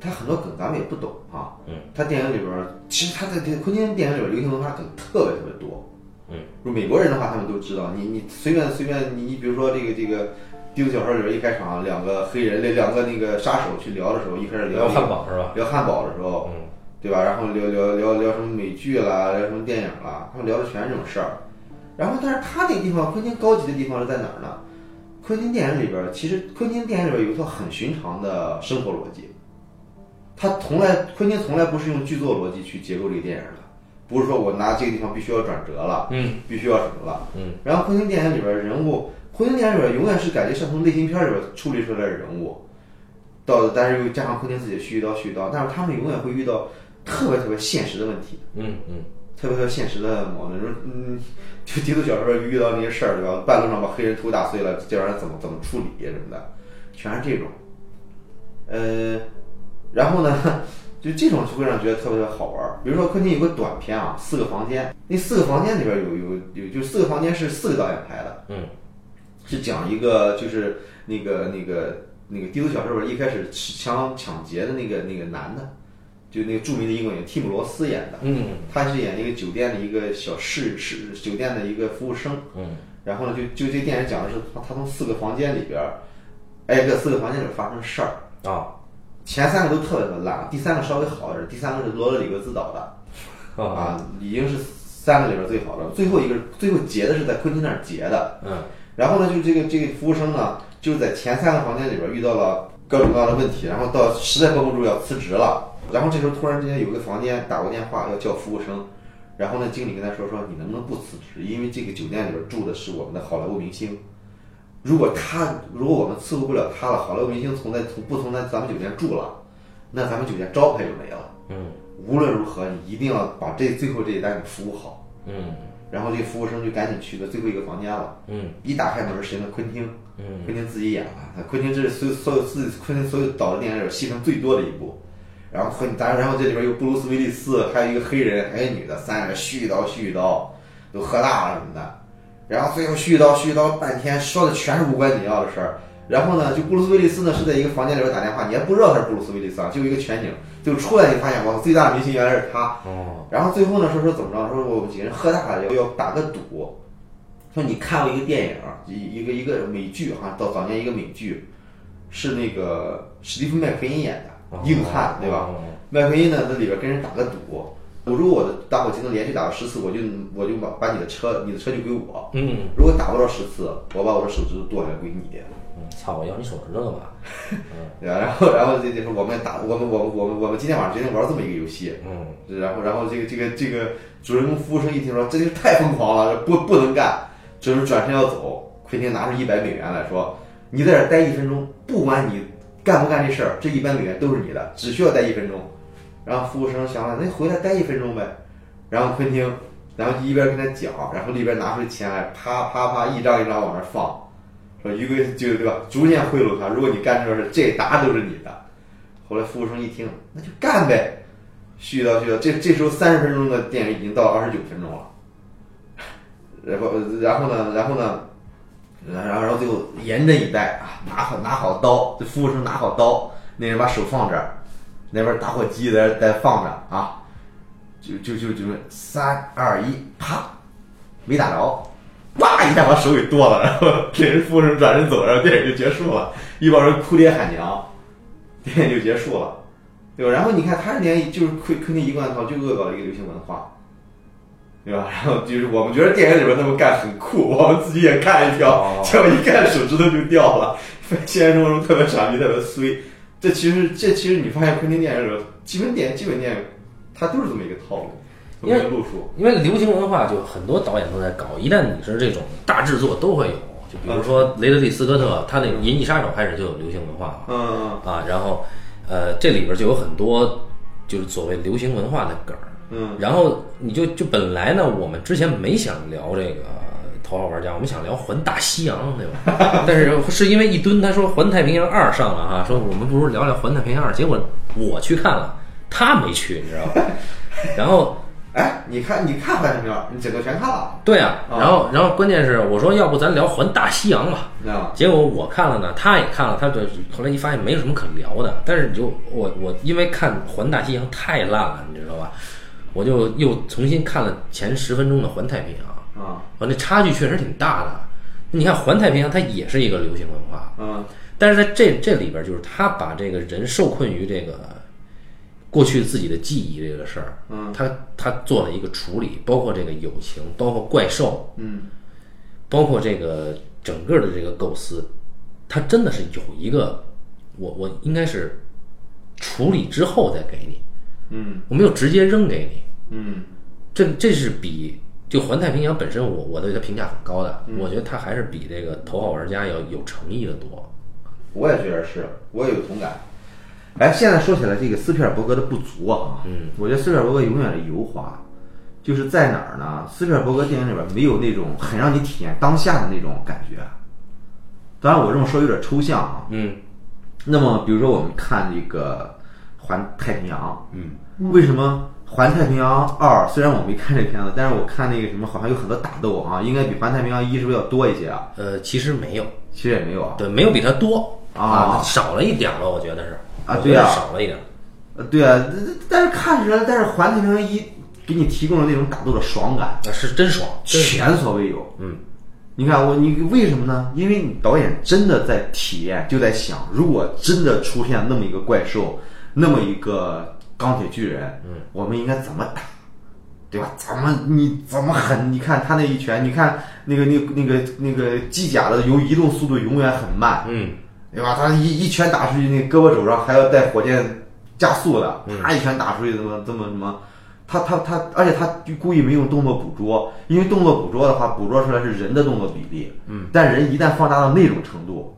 他很多梗咱们也不懂啊，
嗯，
他电影里边儿其实他在这个昆汀电影里边儿流行文化梗特别特别多，
嗯，
如美国人的话他们都知道，你你随便随便你你比如说这个这个。第四小说里边儿一开场，两个黑人，那两个那个杀手去聊的时候，一开始聊
聊汉堡是吧？
聊汉堡的时候，
嗯
对吧？然后聊聊聊聊什么美剧啦，聊什么电影啦，他们聊的全是这种事儿。然后，但是他那个地方，昆汀高级的地方是在哪儿呢？昆汀电影里边儿，其实昆汀电影里边儿有一套很寻常的生活逻辑，他从来昆汀从来不是用剧作逻辑去结构这个电影的，不是说我拿这个地方必须要转折了，
嗯
必须要什么了。
嗯，
然后昆汀电影里边儿人物，昆汀电影里边儿永远是感觉像从类型片儿里边儿处理出来的人物，到但是又加上昆汀自己的絮絮叨絮叨，但是他们永远会遇到特别特别现实的问题，
嗯嗯，
特别特别现实的矛盾。就是嗯， 就低俗小说遇到那些事儿，对吧？半路上把黑人头打碎了，这玩意儿怎么怎么处理什么的，全是这种。呃，然后呢，就这种就会让人觉得特别的好玩儿。比如说昆汀有个短片啊，四个房间，那四个房间里边有有有，就四个房间是四个导演拍的，
嗯，
是讲一个就是那个那个那个低俗小说里边一开始抢抢劫的那个那个男的，就那个著名的英国演员蒂姆·罗斯演的，
嗯
他是演一个酒店的一个小侍侍酒店的一个服务生，
嗯
然后呢，就就这电影讲的是他他从四个房间里边儿，挨个四个房间里边儿发生事儿，
啊
前三个都特别的烂，第三个稍微好一点，第三个是罗德里格自导
啊
的啊，已经是三个里边儿最好的，最后一个最后结的是在昆汀那儿结的，
嗯
然后呢，就这个这个服务生呢，就是在前三个房间里边遇到了各种各样的问题，然后到实在绷不住要辞职了，然后这时候突然之间有一个房间打过电话要叫服务生，然后呢，经理跟他说说你能不能不辞职，因为这个酒店里边住的是我们的好莱坞明星，如果他如果我们伺候不了他了，好莱坞明星从咱从不从咱咱们酒店住了，那咱们酒店招牌就没了。
嗯
无论如何，你一定要把这最后这一单给服务好。
嗯
然后这个服务生就赶紧去了最后一个房间了，
嗯
一打开门，谁呢？昆汀。
嗯
昆汀自己演了，那昆汀这是所有所有自己昆汀所有导的电影里边戏份最多的一部。然后昆，然然后这里边有布鲁斯威利斯，还有一个黑人，还有一个女的，三人絮叨絮叨，都喝大了什么的。然后最后絮叨絮叨半天，说的全是无关紧要的事儿。然后呢，就布鲁斯威利斯呢是在一个房间里边打电话，你还不知道他是布鲁斯威利斯啊，就一个全景，就出来你发现哇，最大的明星原来是他。
哦
然后最后呢，说说怎么着？说我们几个人喝大了要要打个赌，说你看过一个电影，啊一一个一个美剧哈，到早年一个美剧，是那个史蒂夫麦奎因演的
哦
《硬汉》，对吧？
哦
麦奎因呢，在里边跟人打个赌，我如果我的打火机能连续打到十次，我就我就把把你的车，你的车就归我；
嗯
如果打不到十次，我把我的手指头剁下来归你。
嗯，操！我要你手指头干嘛？
对吧然后然后这就是我们打我们我们我们我们今天晚上决定玩这么一个游戏，
嗯
然后，然后这个这个这个主人公服务生一听说，这就太疯狂了，这不不能干，这时候转身要走。奎汀拿出一百美元来说：“你在这儿待一分钟，不管你干不干这事儿，这一百美元都是你的，只需要待一分钟。”然后服务生想了，那回来待一分钟呗。然后昆汀，然后一边跟他讲，然后一边拿出钱来，啪啪啪一张一张往那儿放，说一个就对吧，逐渐贿赂他。如果你干这事儿，这沓都是你的。后来服务生一听，那就干呗。絮叨絮叨，这这时候三十分钟的电影已经到了二十九分钟了，然后呃然后呢，然后呢，然然后然后最后严阵以待啊，拿好拿好刀，这服务生拿好刀，那人把手放这儿，那边打火机在这在放着啊，就就就就三二一，啪，没打着。哇！一下把手给剁了，然后给人服务生转身走，然后电影就结束了。一帮人哭爹喊娘，电影就结束了。对吧？然后你看，他是连就是昆昆汀一贯套就恶搞了一个流行文化，对吧？然后就是我们觉得电影里边他们干很酷，我们自己也干一条
哦，
结果一干手指头就掉了。现实生活中特别傻逼，特别衰。这其实这其实你发现昆汀电影里边基本电基本电影，它都是这么一个套路，这么一个路数。
因为流行文化就很多导演都在搞，一旦你是这种大制作都会有，就比如说雷德利·斯科特，他那《银翼杀手》开始就有流行文化了。
嗯
啊，然后呃，这里边就有很多就是所谓流行文化的梗儿。
嗯
然后你就就本来呢，我们之前没想聊这个头号玩家，我们想聊《环大西洋》，对吧？ 但是是因为一吨他说《环太平洋二》上了啊哈，说我们不如聊聊《环太平洋二》，结果我去看了，他没去，你知道吧？ 然后
哎，你看你看《环太平洋》，你整个全看了，
对啊，然后然后关键是我说要不咱聊《环大西洋》吧。
你知道吗？
结果我看了呢，他也看了，他就后来一发现没有什么可聊的。但是你就我我因为看《环大西洋》太烂了，你知道吧？我就又重新看了前十分钟的《环太平洋》，
啊
完那差距确实挺大的。你看《环太平洋》它也是一个流行文化，
嗯
但是在这这里边就是他把这个人受困于这个过去自己的记忆这个事儿，
嗯
他他做了一个处理，包括这个友情，包括怪兽，
嗯
包括这个整个的这个构思，它真的是有一个，我我应该是处理之后再给你，
嗯
我没有直接扔给你。
嗯
这这是比就环太平洋本身我，我对它评价很高的，
嗯
我觉得它还是比这个头号玩家要有诚意的多。
我也觉得是，我也有同感。哎，现在说起来，这个斯皮尔伯格的不足啊，嗯，我觉得斯皮尔伯格永远的油滑，就是在哪儿呢？斯皮尔伯格电影里边没有那种很让你体验当下的那种感觉。当然，我这么说有点抽象啊。
嗯
那么，比如说我们看这个《环太平洋。
嗯，
为什么《环太平洋二》虽然我没看这片子，但是我看那个什么好像有很多打斗啊，应该比《环太平洋一》是不是要多一些啊？
呃，其实没有，
其实也没有啊。
对，没有比它多
啊
少了一点儿了，我觉得是
啊
我觉
对
得
啊
少了一点儿。
呃，对啊，但但是看起来，但是《环太平洋一》给你提供了那种打斗的爽感，
啊，是真爽，真爽
前所未有。
嗯，
你看我，你为什么呢？因为你导演真的在体验，就在想，如果真的出现那么一个怪兽，那么一个钢铁巨人，嗯，我们应该怎么打，对吧？怎么你怎么狠？你看他那一拳，你看那个那个那个那个机甲的由移动速度永远很慢，
嗯，
对吧？他一一拳打出去，那胳膊肘上还要带火箭加速的，啪一拳打出去，怎么怎么什么？他他他，而且他就故意没用动作捕捉，因为动作捕捉的话，捕捉出来是人的动作比例，嗯，但人一旦放大到那种程度，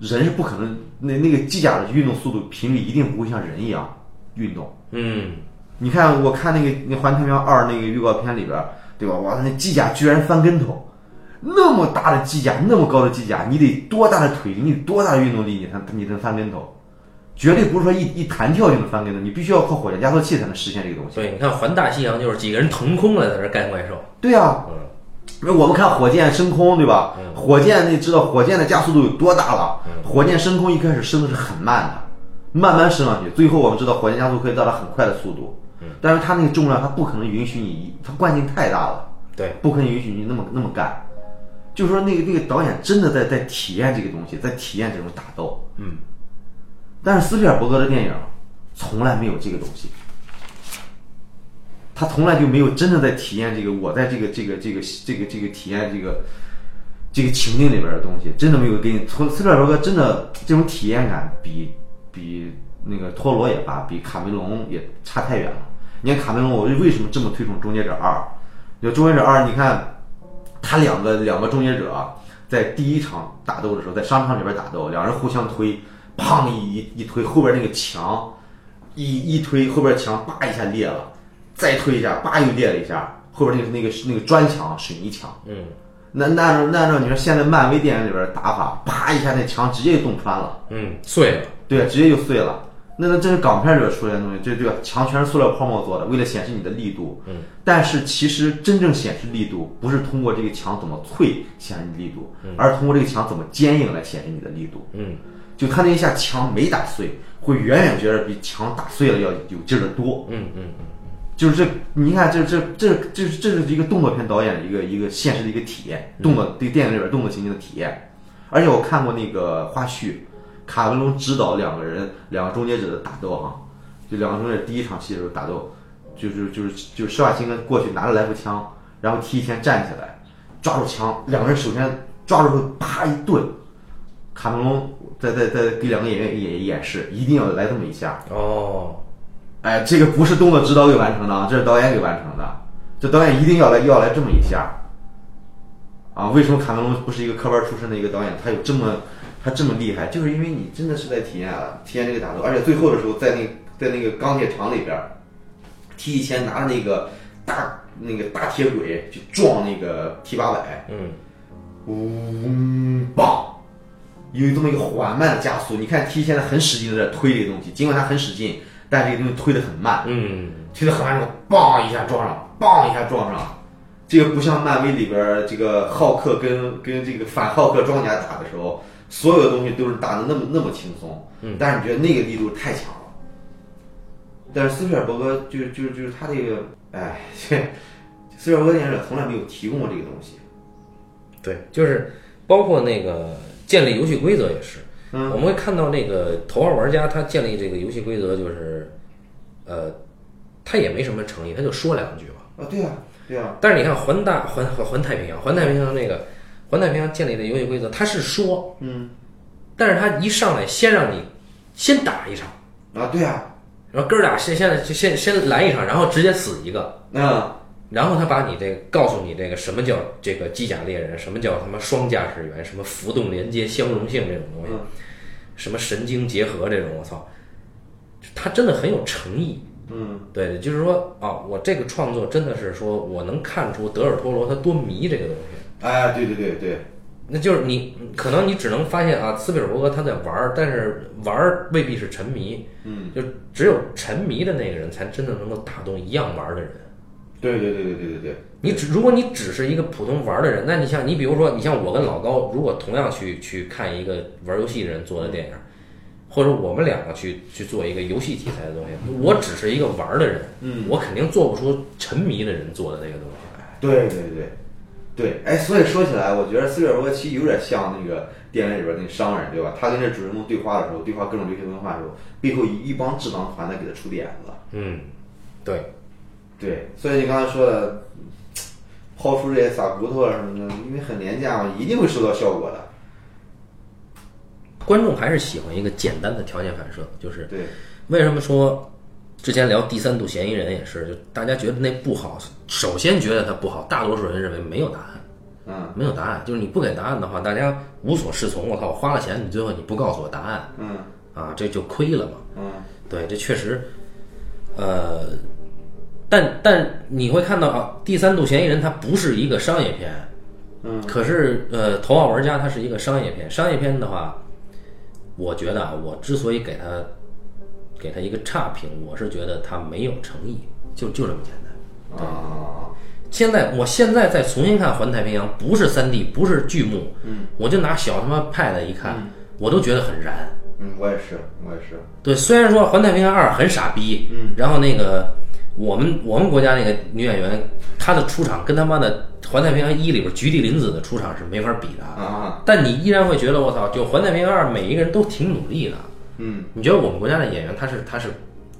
人是不可能那那个机甲的运动速度频率一定不会像人一样运动。
嗯，
你看，我看那个那《环太平洋二》那个预告片里边儿，对吧？哇，那机甲居然翻跟头，那么大的机甲，那么高的机甲，你得多大的腿力，你得多大的运动力，你才你才能翻跟头？绝对不是说一一弹跳就能翻跟头，你必须要靠火箭加速器才能实现这个东西。
对，你看环大西洋就是几个人腾空了，在那儿干怪兽，
对啊，
嗯
那我们看火箭升空，对吧？火箭你知道火箭的加速度有多大了？火箭升空一开始升的是很慢的，慢慢升上去，最后我们知道火箭加速可以到达很快的速度，但是它那个重量它不可能允许你一，它惯性太大了。
对，
不可以允许你那么那么干。就说那个那个导演真的在在体验这个东西，在体验这种打斗。
嗯，
但是斯皮尔伯格的电影从来没有这个东西，他从来就没有真的在体验这个我在这个这个这个这个这个体验这个这个情境里边的东西，真的没有给你从斯皮尔伯格真的这种体验感比比那个托罗也罢，比卡梅隆也差太远了。你看卡梅隆，我为什么这么推崇《终结者二》？就《终结者二》，你看他两个两个终结者啊在第一场打斗的时候，在商场里边打斗，两人互相推，砰一一一推，后边那个墙一一推，后边墙叭一下裂了，再推一下，叭又裂了一下，后边那个那个那个砖墙、水泥墙。
嗯
那那按照那按照你说现在漫威电影里边的打法，啪一下那墙直接就洞穿了，
嗯，碎了，
对，直接就碎了。那那这是港片里边出来的东西，这对吧？墙全是塑料泡沫做的，为了显示你的力度。嗯。但是其实真正显示力度，不是通过这个墙怎么脆显示你力度，而是通过这个墙怎么坚硬来显示你的力度。
嗯
就他那一下墙没打碎，会远远觉得比墙打碎了要有劲儿的多。
嗯嗯
就是这，你看这这这这这是一个动作片导演的一个一个现实的一个
嗯
体验，动作对电影里边动作情节的体验。而且我看过那个花絮，卡梅隆指导两个人两个终结者的打斗哈、就两个终结者第一场戏的时候打斗，就是就是就是施瓦辛格过去拿着来福枪，然后提前站起来，抓住枪，两个人首先抓住后啪一顿，卡梅隆在在在给两个演员演演示，一定要来这么一下，
哦，
哎，这个不是动作指导给完成的，啊，这是导演给完成的。这导演一定要来要来这么一下，啊，为什么卡梅隆不是一个科班出身的一个导演，他有这么他这么厉害，就是因为你真的是在体验啊，体验这个打斗，而且最后的时候在那在那个钢铁厂里边儿，T 一千拿着那个大那个大铁轨去撞那个 T 八百，
嗯
嗡棒，有这么一个缓慢的加速。你看 T 现在很使劲的在推这个东西，尽管它很使劲，但这个东西推的很慢，
嗯
推的很慢，嘣一下撞上，嘣一下撞上。这个不像漫威里边儿这个浩克跟跟这个反浩克装甲打的时候，所有的东西都是打的那么那么轻松，
嗯
但是你觉得那个力度太强了。但是斯皮尔伯格就就就是他这个，哎， 这斯皮尔伯格电影里从来没有提供过这个东西。
对，就是包括那个建立游戏规则也是，
嗯
我们会看到那个头号玩家他建立这个游戏规则就是，呃，他也没什么诚意，他就说两句嘛。
啊，对啊，对啊，
但是你看环大环环环太平洋，环太平洋那个环太平洋建立的游戏规则，他是说，
嗯，
但是他一上来先让你先打一场，
啊，对啊，
然后哥俩先先先先来一场，然后直接死一个，
嗯，
然后他把你这个告诉你这个什么叫这个机甲猎人，什么叫他妈双驾驶员，什么浮动连接、相容性这种东西，
嗯
什么神经结合这种，我操，他真的很有诚意。
嗯，
对，就是说啊，我这个创作真的是说我能看出德尔托罗他多迷这个东西。
哎，对对对对，
那就是你可能你只能发现啊，斯皮尔伯格他在玩儿，但是玩儿未必是沉迷，
嗯，
就只有沉迷的那个人才真的能够打动一样玩儿的人。
对对对对对对对，
你只如果你只是一个普通玩儿的人，那你像你比如说你像我跟老高，如果同样去去看一个玩儿游戏的人做的电影，或者我们两个去去做一个游戏题材的东西，我只是一个玩儿的人，
嗯，
我肯定做不出沉迷的人做的那个东西来。
对对对对，哎，所以说起来，我觉得斯皮尔伯格其实有点像那个电影里边那个商人，对吧？他跟这主人公对话的时候，对话各种流行文化的时候，背后一一帮智囊团在给他出点子。
嗯，对，
对，所以你刚才说的，抛出这些撒骨头啊什么的，因为很廉价嘛，一定会收到效果的。
观众还是喜欢一个简单的条件反射，就是
对，
为什么说之前聊第三度嫌疑人也是，就大家觉得那不好，首先觉得它不好，大多数人认为没有答案，
嗯
没有答案，就是你不给答案的话，大家无所适从。我操，我花了钱，你最后你不告诉我答案
嗯
啊，这就亏了嘛。
嗯，
对，这确实，呃，但但你会看到啊，第三度嫌疑人它不是一个商业片，
嗯，
可是呃，头号玩家它是一个商业片，商业片的话，我觉得啊，我之所以给它给它一个差评，我是觉得它没有诚意，就就这么简单。
啊，
现在我现在再重新看《环太平洋》，不是三 D，不是剧目，嗯，我就拿小他妈 Pad 一看，我都觉得很燃。
嗯，我也是，我也是，
对，虽然说《环太平洋二》很傻逼，嗯，然后那个我们我们国家那个女演员，她的出场跟他妈的《环太平洋一》里边菊地凛子的出场是没法比的，
啊，
但你依然会觉得我操，就《环太平洋二》每一个人都挺努力的。
嗯
你觉得我们国家的演员他是他是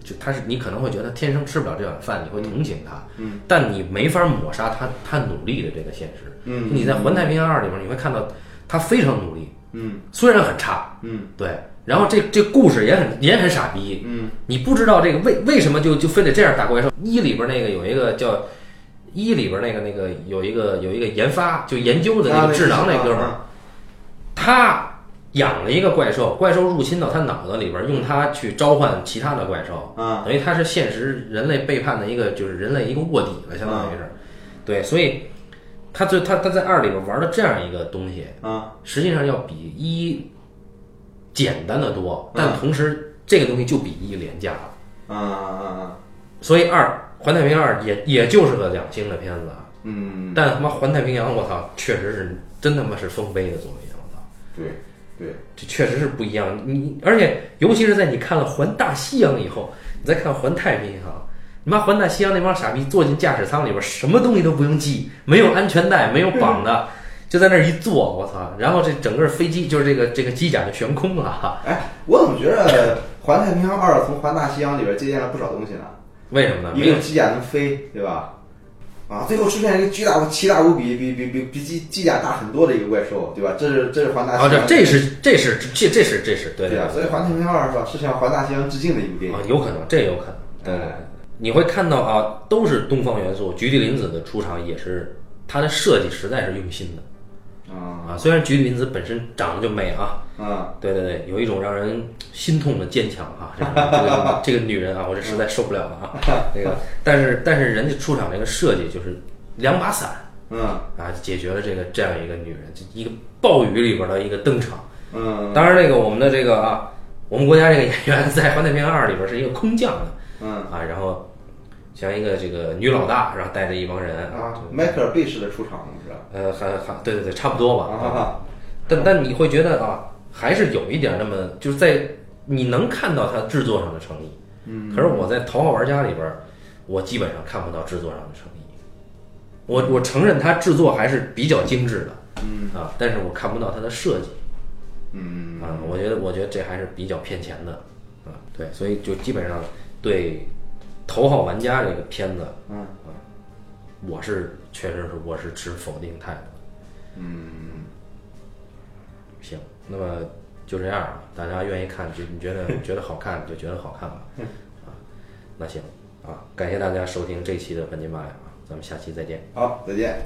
就他是你可能会觉得他天生吃不了这碗饭，你会同情他，嗯，但你没法抹杀他他努力的这个现实。
嗯，
你在《环太平洋二》里边你会看到他非常努力，
嗯
虽然很差，
嗯
对，然后这这故事也很也很傻逼，
嗯，
你不知道这个为为什么就就非得这样打怪兽？一里边那个有一个叫一里边那个那个有一个有一个研发就研究的
啊
那个智囊那哥们儿，他养了一个怪兽，怪兽入侵到他脑子里边，用它去召唤其他的怪兽，
啊
等于他是现实人类背叛的一个就是人类一个卧底了，相当于
啊
是，对，所以他最他他在二里边玩了这样一个东西，
啊，
实际上要比一简单的多，
嗯
但同时这个东西就比一廉价了。
啊啊，
所以二《环太平洋二》也也就是个两星的片子，啊。
嗯，
但他妈《环太平洋》我操，确实是真他妈是丰碑的作品，我操，
对对，
这确实是不一样。你而且尤其是在你看了《环大西洋》以后，你再看《环太平洋》。你妈环大西洋那帮傻逼坐进驾驶舱里边，什么东西都不用系，没有安全带，没有绑的，就在那儿一坐，我操！然后这整个飞机就是这个这个机甲就悬空了，
哎，我怎么觉得《环太平洋二》从《环大西洋》里边借鉴了不少东西呢？
为什么呢？
一
没有
个机甲能飞，对吧？啊，最后出现一个巨大、奇大无比、比比比比机机甲大很多的一个怪兽，对吧？这是这是环大
啊，
西
这
洋，
这是这是这这是这是对
对啊，所以《环太平洋二》是吧，是向环大西洋致敬的一部电
啊
影。，哎
有可能，这有可能。
对，
你会看到啊，都是东方元素。菊地凛子的出场也是，她的设计实在是用心的啊。
啊
虽然菊地凛子本身长得就美啊，
啊，
对对对，有一种让人心痛的坚强啊，这个这个女人啊，我这实在受不了了啊。 那个，但是但是人家出场这个设计就是两把伞
嗯
啊，解决了这个这样一个女人，这一个暴雨里边的一个登场。
嗯
当然，这个我们的这个啊，我们国家这个演员在《环太平洋二》里边是一个空降的
嗯
啊，然后像一个这个女老大，然后带着一帮人
啊，迈克尔贝式的出场，你知道？
呃，还还对对对，差不多吧。
啊
但但你会觉得啊，还是有一点那么，就是在你能看到它制作上的诚意。嗯。可是我在《头号玩家》里边，我基本上看不到制作上的诚意。我我承认它制作还是比较精致的，嗯啊，但是我看不到它的设计。
嗯
啊，我觉得我觉得这还是比较骗钱的，啊，对，所以就基本上对头号玩家这个片子，
嗯
啊，我是确实是我是持否定态度。
嗯，
行，那么就这样吧，大家愿意看就你觉得觉得好看就觉得好看吧，啊，那行啊，感谢大家收听这期的半斤八两啊，咱们下期再见。
好，再见。